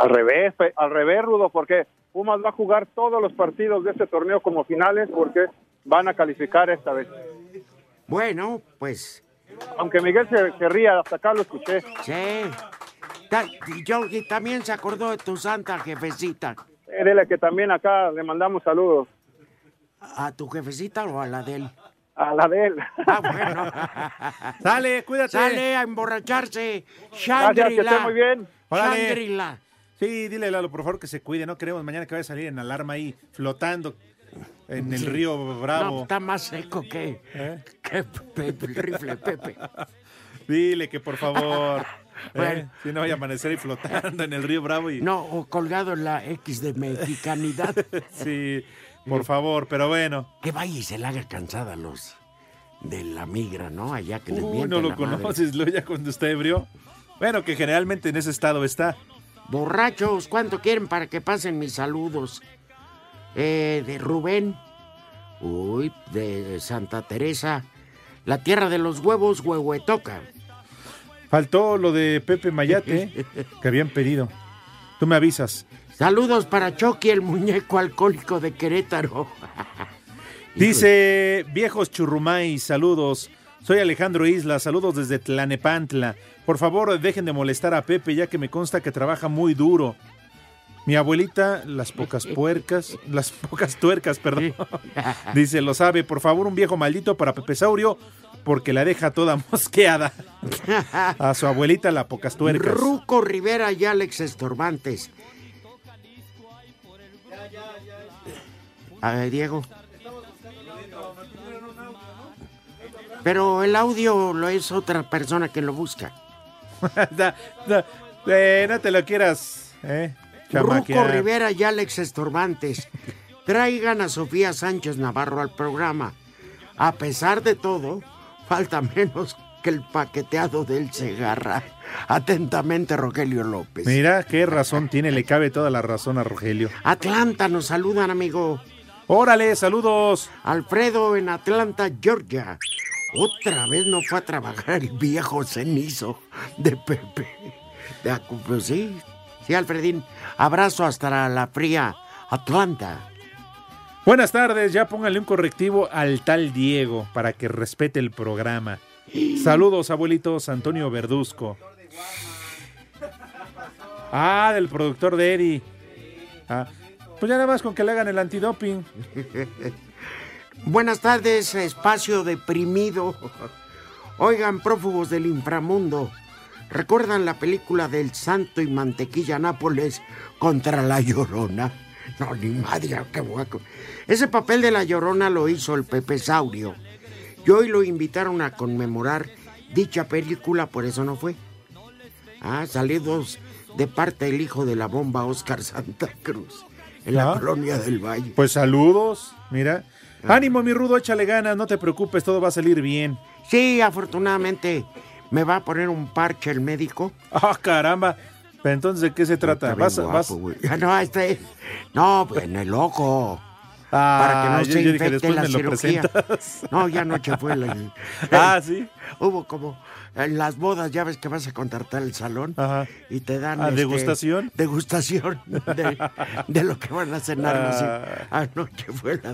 V: Al revés, pe- al revés, Rudo, porque Pumas va a jugar todos los partidos de este torneo como finales porque van a calificar esta vez.
D: Bueno, pues...
V: Aunque Miguel se, se ría, hasta acá lo escuché.
D: Sí. Ta- y yo- y también se acordó de tu santa jefecita.
V: Eh, dile que también acá le mandamos saludos.
D: ¿A tu jefecita o a la de él?
V: A la de él.
D: Ah, bueno.
E: Sale, cuídate.
D: Sale a emborracharse.
E: Gracias, que
D: Shangri-La.
E: esté muy bien. Órale.
D: Shangri-La.
E: Sí, dile Lalo, por favor, que se cuide. No queremos mañana que vaya a salir en alarma ahí flotando. En el río Bravo.
D: No, está más seco que, que Pepe, el rifle Pepe.
E: Dile que por favor.
D: Bueno.
E: ¿eh? Si no vaya a amanecer ahí flotando en el río Bravo y.
D: No, o colgado en la X de mexicanidad.
E: sí, por favor, pero bueno.
D: Que vaya y se la haga cansada a los de la migra, ¿no? Allá que les
E: Uy,
D: mienten
E: no lo
D: la madre.
E: conoces, lo ya cuando está ebrio. Bueno, que generalmente en ese estado está.
D: Borrachos, ¿cuánto quieren para que pasen mis saludos? Eh, de Rubén. Uy, de Santa Teresa. La tierra de los huevos, huehuetoca.
E: Faltó lo de Pepe Mayate que habían pedido. Tú me avisas.
D: Saludos para Chucky, el muñeco alcohólico de Querétaro.
E: Dice, viejos churrumay, saludos. Soy Alejandro Isla, saludos desde Tlanepantla. Por favor, dejen de molestar a Pepe, ya que me consta que trabaja muy duro. Mi abuelita, las pocas puercas, las pocas tuercas, perdón. Dice, lo sabe, por favor, un viejo maldito para Pepe Saurio, porque la deja toda mosqueada. A su abuelita, la pocas tuercas.
D: Ruco Rivera y Alex Estorbantes. A ver, Diego. Pero el audio lo es otra persona que lo busca.
E: no, no, eh, no te lo quieras, eh,
D: Ruco
E: chamaquear.
D: Rivera y Alex Estorbantes. Traigan a Sofía Sánchez Navarro al programa. A pesar de todo, falta menos que el paqueteado del Cegarra. Atentamente, Rogelio López.
E: Mira, qué razón tiene, le cabe toda la razón a Rogelio.
D: Atlanta, nos saludan, amigo.
E: Órale, saludos.
D: Alfredo en Atlanta, Georgia. Otra vez no fue a trabajar el viejo cenizo de Pepe. De acu- pues sí, sí, Alfredín. Abrazo hasta la fría Atlanta.
E: Buenas tardes, ya póngale un correctivo al tal Diego para que respete el programa. Saludos, abuelitos, Antonio Verduzco. Ah, del productor de Eddie. Ah, pues ya nada más con que le hagan el antidoping.
D: Buenas tardes, espacio deprimido. Oigan, prófugos del inframundo. ¿Recuerdan la película del Santo y Mantequilla Nápoles contra la Llorona? No, ni madre, qué guaco. Ese papel de la Llorona lo hizo el Pepe Saurio. Y hoy lo invitaron a conmemorar dicha película, por eso no fue. Ah, salidos de parte del hijo de la bomba Oscar Santa Cruz, en la
E: Ah.
D: colonia del Valle.
E: Pues saludos, mira.
D: Ah.
E: Ánimo, mi rudo, échale ganas, no te preocupes, todo va a salir bien.
D: Sí, afortunadamente me va a poner un parche el médico.
E: Ah, caramba. Pero entonces, ¿de qué se trata?
D: Está
E: Vas,
D: bien
E: vas.
D: guapo, güey. Ah, no, este. No, pues en el ojo. para que
E: Ah,
D: no
E: yo-
D: se
E: yo dije,
D: infecte
E: después
D: la
E: me lo
D: cirugía.
E: presentas.
D: No, ya noche fue la.
E: Ah, sí.
D: Hubo como. En las bodas, ya ves que vas a contratar el salón y te dan.
E: Ah,
D: este,
E: ¿degustación?
D: Degustación de, de lo que van a cenar. así.
E: Ah.
D: Anoche fue la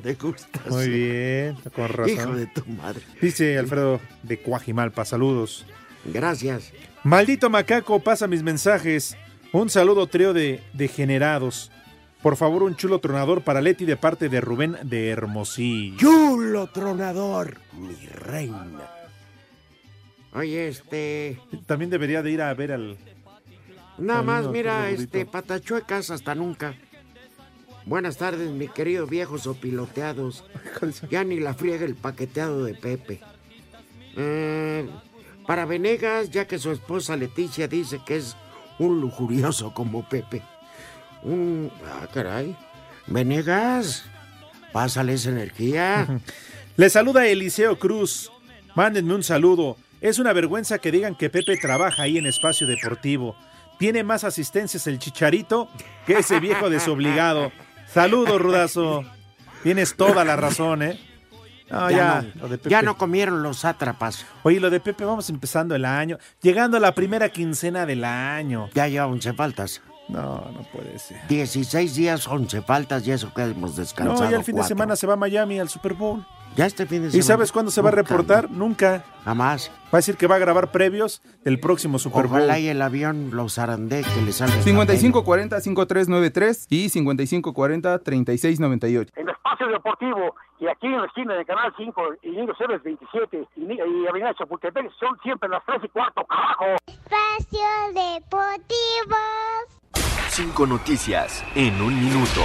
D: degustación.
E: Muy bien, con razón.
D: Hijo de tu madre.
E: Dice Alfredo de Cuajimalpa, saludos.
D: Gracias.
E: Maldito macaco, pasa mis mensajes. Un saludo trío de degenerados. Por favor, un chulo tronador para Leti de parte de Rubén de Hermosillo.
D: ¡Chulo tronador! Mi reina. Oye, este.
E: También debería de ir a ver al...
D: Nada
E: Al
D: más,
E: niño
D: mira,
E: Arturo
D: este,
E: Burrito.
D: patachuecas hasta nunca. Buenas tardes, mi querido viejos o piloteados. Ya ni la friega el paqueteado de Pepe. Eh, para Venegas, ya que su esposa Leticia dice que es un lujurioso como Pepe. Un. Ah, caray. Venegas, pásale esa energía.
E: Le saluda Eliseo Cruz. Mándenme un saludo. Es una vergüenza que digan que Pepe trabaja ahí en Espacio Deportivo. Tiene más asistencias el chicharito que ese viejo desobligado. Saludos, Rudazo. Tienes toda la razón, ¿eh? No, ya,
D: no-
E: lo de Pepe.
D: ya no comieron los sátrapas.
E: Oye, lo de Pepe, vamos empezando el año, llegando a la primera quincena del año.
D: Ya lleva 11 faltas.
E: No, no puede ser.
D: 16 días, 11 faltas y eso que hemos
E: No,
D: descansado.
E: ya el fin de
D: cuatro.
E: semana se va a Miami al Super Bowl.
D: Ya este fin de
E: ¿Y
D: semana.
E: sabes cuándo se va a
D: Nunca,
E: reportar? Nunca.
D: Jamás.
E: Va a decir que va a grabar previos del próximo Super Bowl.
D: Ojalá y el avión los arandé que le salga.
T: 5540-5393 y 5540-3698.
B: En Espacio Deportivo y aquí en la esquina de Canal 5 y Niños Héroes 27 y, Ni- y Avenida Chapultepec son siempre las 3 y cuarto, carajo.
W: Espacio Deportivo.
F: Cinco noticias en un minuto.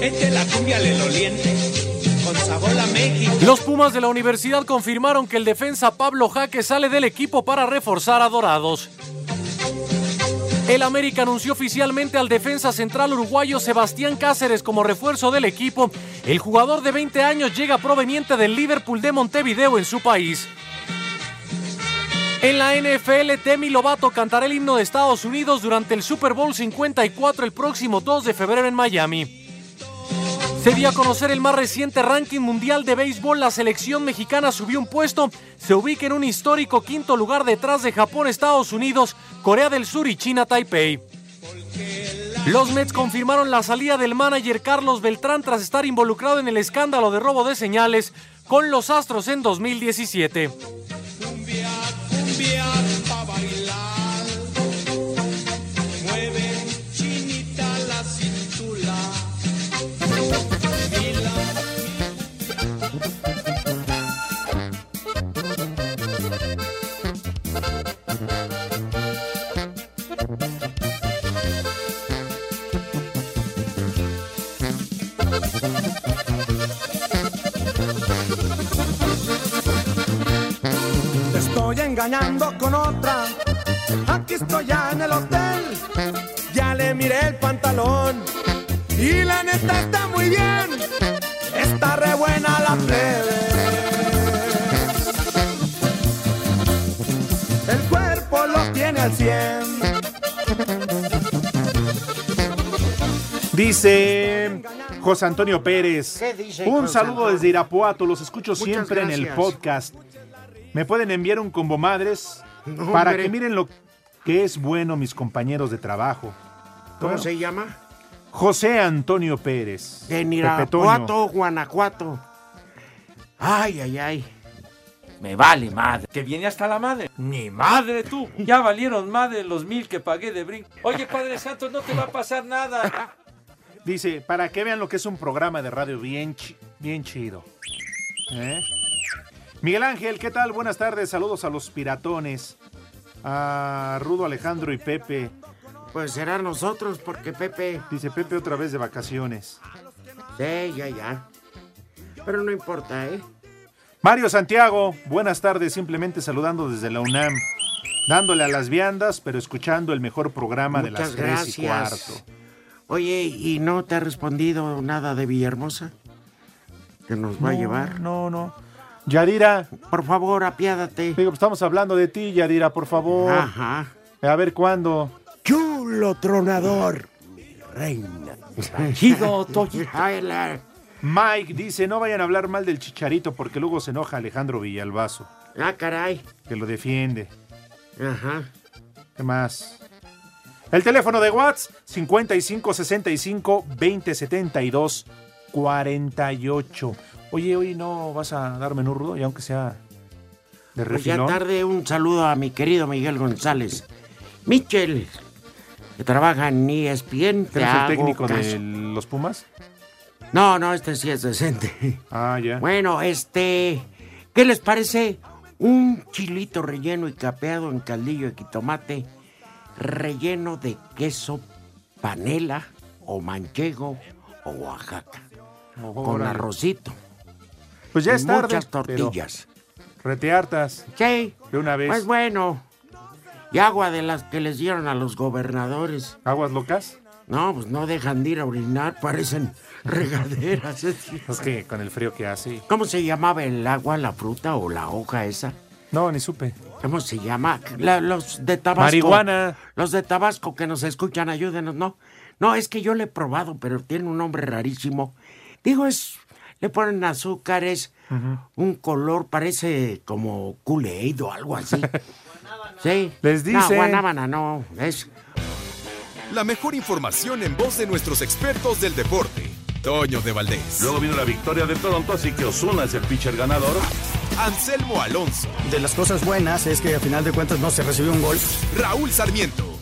N: mete la cumbia al doliente, con sabor a México.
P: Los Pumas de la universidad confirmaron que el defensa Pablo Jaque sale del equipo para reforzar a Dorados. El América anunció oficialmente al defensa central uruguayo Sebastián Cáceres como refuerzo del equipo. El jugador de 20 años llega proveniente del Liverpool de Montevideo en su país. En la NFL, Demi Lovato cantará el himno de Estados Unidos durante el Super Bowl 54 el próximo 2 de febrero en Miami. Se dio a conocer el más reciente ranking mundial de béisbol. La selección mexicana subió un puesto, se ubica en un histórico quinto lugar detrás de Japón, Estados Unidos, Corea del Sur y China Taipei. Los Mets confirmaron la salida del manager Carlos Beltrán tras estar involucrado en el escándalo de robo de señales con los Astros en 2017.
N: Te estoy engañando con otra. Aquí estoy ya en el hotel. Ya le miré el pantalón. Y la neta está muy bien. Está re buena la plebe. El cuerpo lo tiene al cien.
E: Dice José Antonio Pérez.
D: ¿Qué dice
E: Un
D: José
E: saludo
D: Antonio?
E: desde Irapuato. Los escucho
D: Muchas
E: siempre en el
D: gracias.
E: podcast. ¿Me pueden enviar un combo madres?
D: No,
E: para
D: hombre.
E: que miren lo que es bueno mis compañeros de trabajo.
D: ¿Cómo
E: Bueno,
D: se llama?
E: José Antonio Pérez.
D: En
E: Pepe Toño.
D: Irapuato, Guanajuato. Ay, ay, ay.
F: Me vale madre. Que viene hasta la madre. Ni madre tú. Ya valieron madre los mil que pagué de brinco. Oye, Padre Santo, no te va a pasar nada.
E: Dice, para que vean lo que es un programa de radio bien, chi- bien chido. ¿Eh? Miguel Ángel, ¿qué tal? Buenas tardes, saludos a los piratones, a Rudo Alejandro y Pepe.
D: Pues será nosotros, porque Pepe...
E: Dice Pepe otra vez de vacaciones.
D: Sí, ya, ya. Pero no importa, ¿eh?
E: Mario Santiago, buenas tardes, simplemente saludando desde la UNAM, dándole a las viandas, pero escuchando el mejor programa de las
D: Muchas
E: tres y
D: gracias.
E: cuarto.
D: Oye, ¿y no te ha respondido nada de Villahermosa? Que nos va a
E: No,
D: llevar.
E: No, no. Yadira.
D: Por favor, apiádate.
E: Digo, estamos hablando de ti, Yadira, por favor.
D: Ajá.
E: A ver cuándo.
D: Chulo tronador, reina.
E: Mike dice, no vayan a hablar mal del chicharito porque luego se enoja Alejandro Villalbazo,
D: Ah, caray.
E: que lo defiende.
D: Ajá.
E: ¿Qué más? El teléfono de Watts, 55 65 20 72 48. Oye, hoy no vas a darme un rudo, y aunque sea de
D: Pues ya
E: refilón.
D: tarde un saludo a mi querido Miguel González. Michel, que trabaja en E ESPN. Te
E: ¿Eres el
D: hago
E: técnico
D: caso.
E: de los Pumas?
D: No, no, este sí es decente.
E: Ah, ya.
D: Bueno, este, ¿qué les parece? Un chilito relleno y capeado en caldillo de jitomate, relleno de queso panela o manchego o Oaxaca, con
E: Oh, Órale.
D: arrocito.
E: Pues ya
D: y
E: es tarde.
D: Muchas
E: pero
D: tortillas.
E: Reteartas.
D: Sí.
E: De una vez.
D: Pues bueno. Y agua de las que les dieron a los gobernadores.
E: ¿Aguas locas?
D: No, pues no dejan de ir a orinar, parecen regaderas.
E: Es que con el frío que hace.
D: ¿Cómo se llamaba el agua, la fruta o la hoja esa?
E: No, ni supe.
D: ¿Cómo se llama? La- los de Tabasco.
E: Marihuana.
D: Los de Tabasco que nos escuchan, ayúdenos, ¿no? No, es que yo le he probado, pero tiene un nombre rarísimo. Digo, es. Le ponen azúcares, un color, parece como Kool-Aid o algo así. sí.
E: Les
D: No,
C: dicen.
D: guanábana, no. Es
C: La mejor información en voz de nuestros expertos del deporte. Toño de Valdés.
H: Luego vino la victoria de Toronto, así que Osuna es el pitcher ganador.
C: Anselmo Alonso.
K: De las cosas buenas es que al final de cuentas no se recibió un gol.
C: Raúl Sarmiento.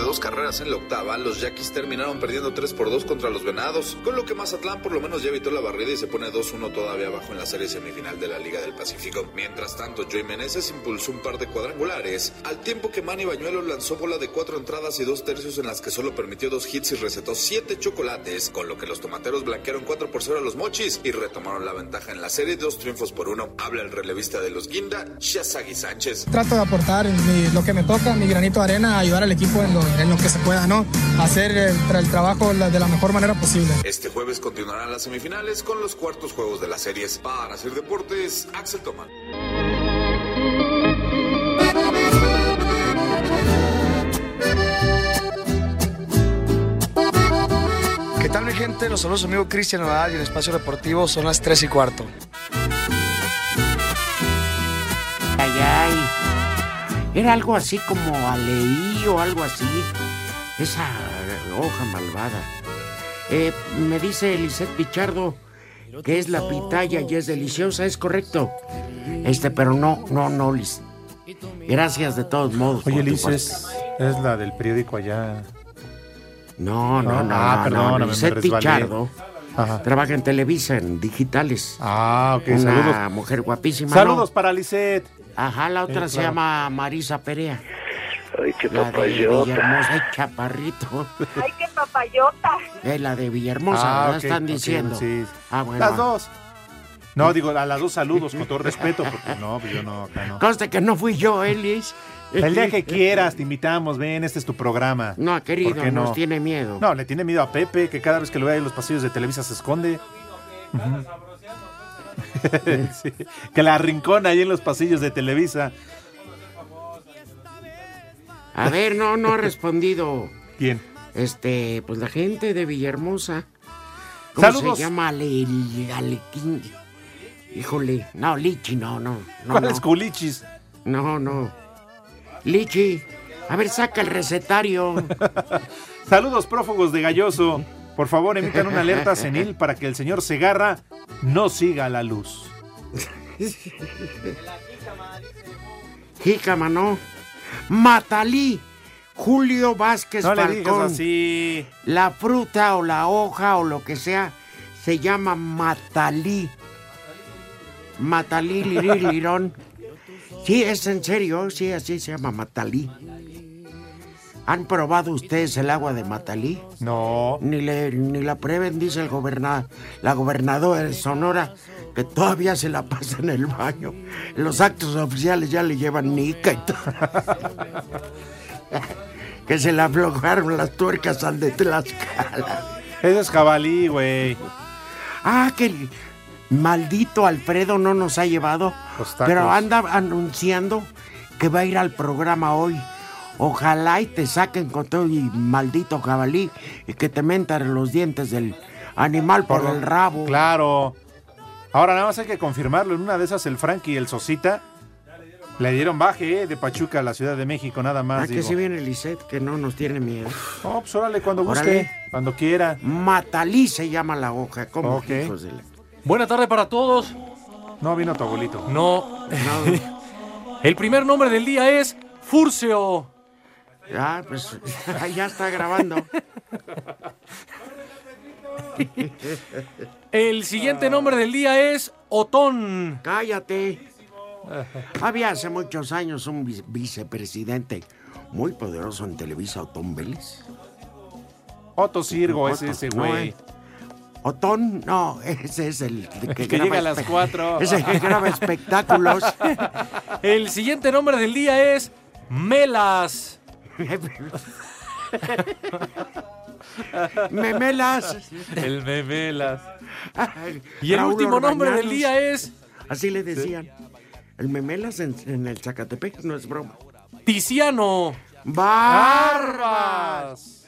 J: dos carreras en la octava, los Yaquis terminaron perdiendo 3 por 2 contra los Venados, con lo que Mazatlán por lo menos ya evitó la barrida y se pone 2-1 todavía abajo en la serie semifinal de la Liga del Pacífico. Mientras tanto, Joey Meneses impulsó un par de cuadrangulares, al tiempo que Manny Bañuelos lanzó bola de cuatro entradas y dos tercios en las que solo permitió dos hits y recetó siete chocolates, con lo que los tomateros blanquearon 4 por 0 a los Mochis y retomaron la ventaja en la serie, dos triunfos por uno. Habla el relevista de los Guinda, Shazagi Sánchez.
L: Trato de aportar mi- lo que me toca, mi granito de arena, ayudar al equipo en lo, en lo que se pueda, ¿no? Hacer el, tra- el trabajo la- de la mejor manera posible.
J: Este jueves continuarán las semifinales con los cuartos juegos de las series. Para hacer deportes, Axel Tomán.
M: ¿Qué tal mi gente? Los saludos su amigo Cristian Nadal y el Espacio Deportivo son las 3 y cuarto.
D: Ay, ay. Era algo así como Aleí o algo así. Esa hoja malvada. Eh, me dice Lisette Pichardo que es la pitaya y es deliciosa, es correcto. Este, pero no, no, no, Liz. Gracias de todos modos.
E: Oye,
D: por tu
E: Liz, es, es la del periódico allá.
D: No, no, no,
E: Ah,
D: no,
E: perdóname,
D: no,
E: me
D: Lisette
E: resbalé.
D: Pichardo trabaja en Televisa, en digitales.
E: Ah, ok,
D: Una
E: saludos.
D: mujer guapísima.
E: Saludos
D: ¿no?
E: para Lisette.
D: Ajá, la otra
E: Eh,
D: se
E: claro.
D: llama Marisa Perea.
J: Ay, qué
D: La de
J: papayota.
D: Villahermosa, ay, chaparrito.
X: Ay, qué papayota.
D: Es la de Villahermosa,
E: Ah,
D: ¿verdad?
E: ok,
D: Están
E: ok,
D: diciendo.
E: sí.
D: Ah, bueno.
E: Las dos. No, digo, a las dos saludos, con todo respeto, porque no, pues yo no, acá no.
D: Conste que no fui yo, Elis.
E: El día que quieras, te invitamos, ven, este es tu programa.
D: No, querido,
E: ¿Por qué
D: nos tiene miedo.
E: No, le tiene miedo a Pepe, que cada vez que lo vea en los pasillos de Televisa se esconde. Sí, que la rincona ahí en los pasillos de Televisa.
D: A ver, no, no ha respondido.
E: ¿Quién?
D: Este, pues la gente de Villahermosa. ¿Cómo
E: Saludos.
D: se llama? Ale, Alequín. Híjole, no, Lichi, no, no. no
E: ¿Cuáles
D: no.
E: culichis?
D: No, no. Lichi, a ver, saca el recetario.
E: Saludos prófugos de Galloso. Por favor, emitan una alerta senil para que el señor Segarra no siga la luz.
D: Jícama, no. Matalí, Julio Vázquez
E: No le
D: Falcón.
E: digas así.
D: La fruta o la hoja o lo que sea se llama matalí. Matalí, lirí, lirón. Sí, es en serio, sí, así se llama matalí. ¿Han probado ustedes el agua de matalí?
E: No.
D: Ni, le- ni la prueben, dice el goberna, la gobernadora de Sonora, que todavía se la pasa en el baño. En Los actos oficiales ya le llevan nica y todo. que se le aflojaron las tuercas al de Tlaxcala.
E: Ese es jabalí, güey.
D: Ah, que el maldito Alfredo no nos ha llevado. Pero anda anunciando que va a ir al programa hoy. Ojalá y te saquen con todo y maldito jabalí y que te mentan los dientes del animal por, el rabo.
E: Claro. Ahora nada más hay que confirmarlo. En una de esas el Frankie y el Sosita le dieron baje eh, de Pachuca a la Ciudad de México, nada más.
D: Ah, que
E: digo.
D: si viene Lisette, que no nos tiene miedo.
E: No, pues órale, cuando guste, cuando quiera.
D: Matalí se llama la hoja, ¿cómo?
E: Ok.
D: hijos de la-
P: Buena tarde para todos.
E: No vino tu abuelito.
P: No. El primer nombre del día es Furcio.
D: Ah, pues ya está grabando.
P: El siguiente nombre del día es Otón.
D: Cállate. Había hace muchos años un vice- vicepresidente muy poderoso en Televisa, Otón Vélez.
E: Otto Sirgo es ese güey.
D: No, eh. Otón, no, ese es el
P: que
D: que, graba
P: llega a las
D: espe-
P: cuatro.
D: Ese que graba espectáculos.
P: eh. El siguiente nombre del día es Melas.
D: Memelas.
P: El Memelas.
D: Ay,
P: Y el
D: Raúl
P: último nombre del
D: Orbañanos.
P: día eh. es
D: Así le decían. El Memelas en, en el Zacatepec, no es broma.
P: Tiziano.
D: ¡Barbas!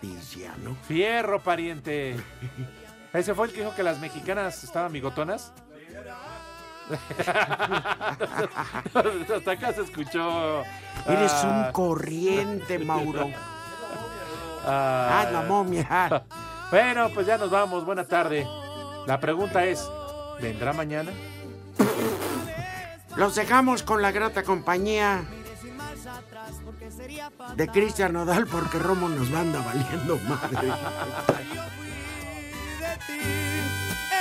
D: Tiziano.
E: Fierro, pariente. Ese fue el que dijo que las mexicanas estaban bigotonas. Hasta acá se escuchó.
D: Eres
E: Ah.
D: un corriente, Mauro.
E: Ah,
D: Ah, la momia.
E: Bueno, pues ya nos vamos. Buena tarde. La pregunta es, ¿vendrá mañana?
D: Los dejamos con la grata compañía de Cristian Nodal porque Romo nos manda valiendo madre.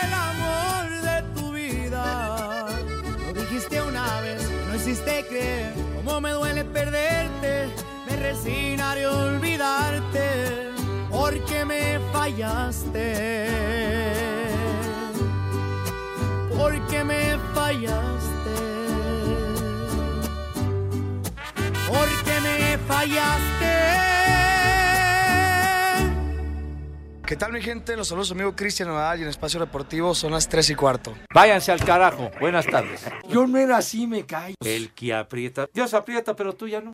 N: el amor de tu vida. Lo dijiste una vez, no hiciste creer. Cómo me duele perderte, me resignaré a olvidarte, porque me fallaste. Porque me fallaste. Porque me fallaste.
M: ¿Qué tal mi gente? Los saludos a su amigo Cristian Nodal y en Espacio Deportivo son las 3 y cuarto.
Y: Váyanse al carajo. Buenas tardes.
M: Yo no era así, me callo.
Y: El que aprieta. Dios aprieta, pero tú ya no.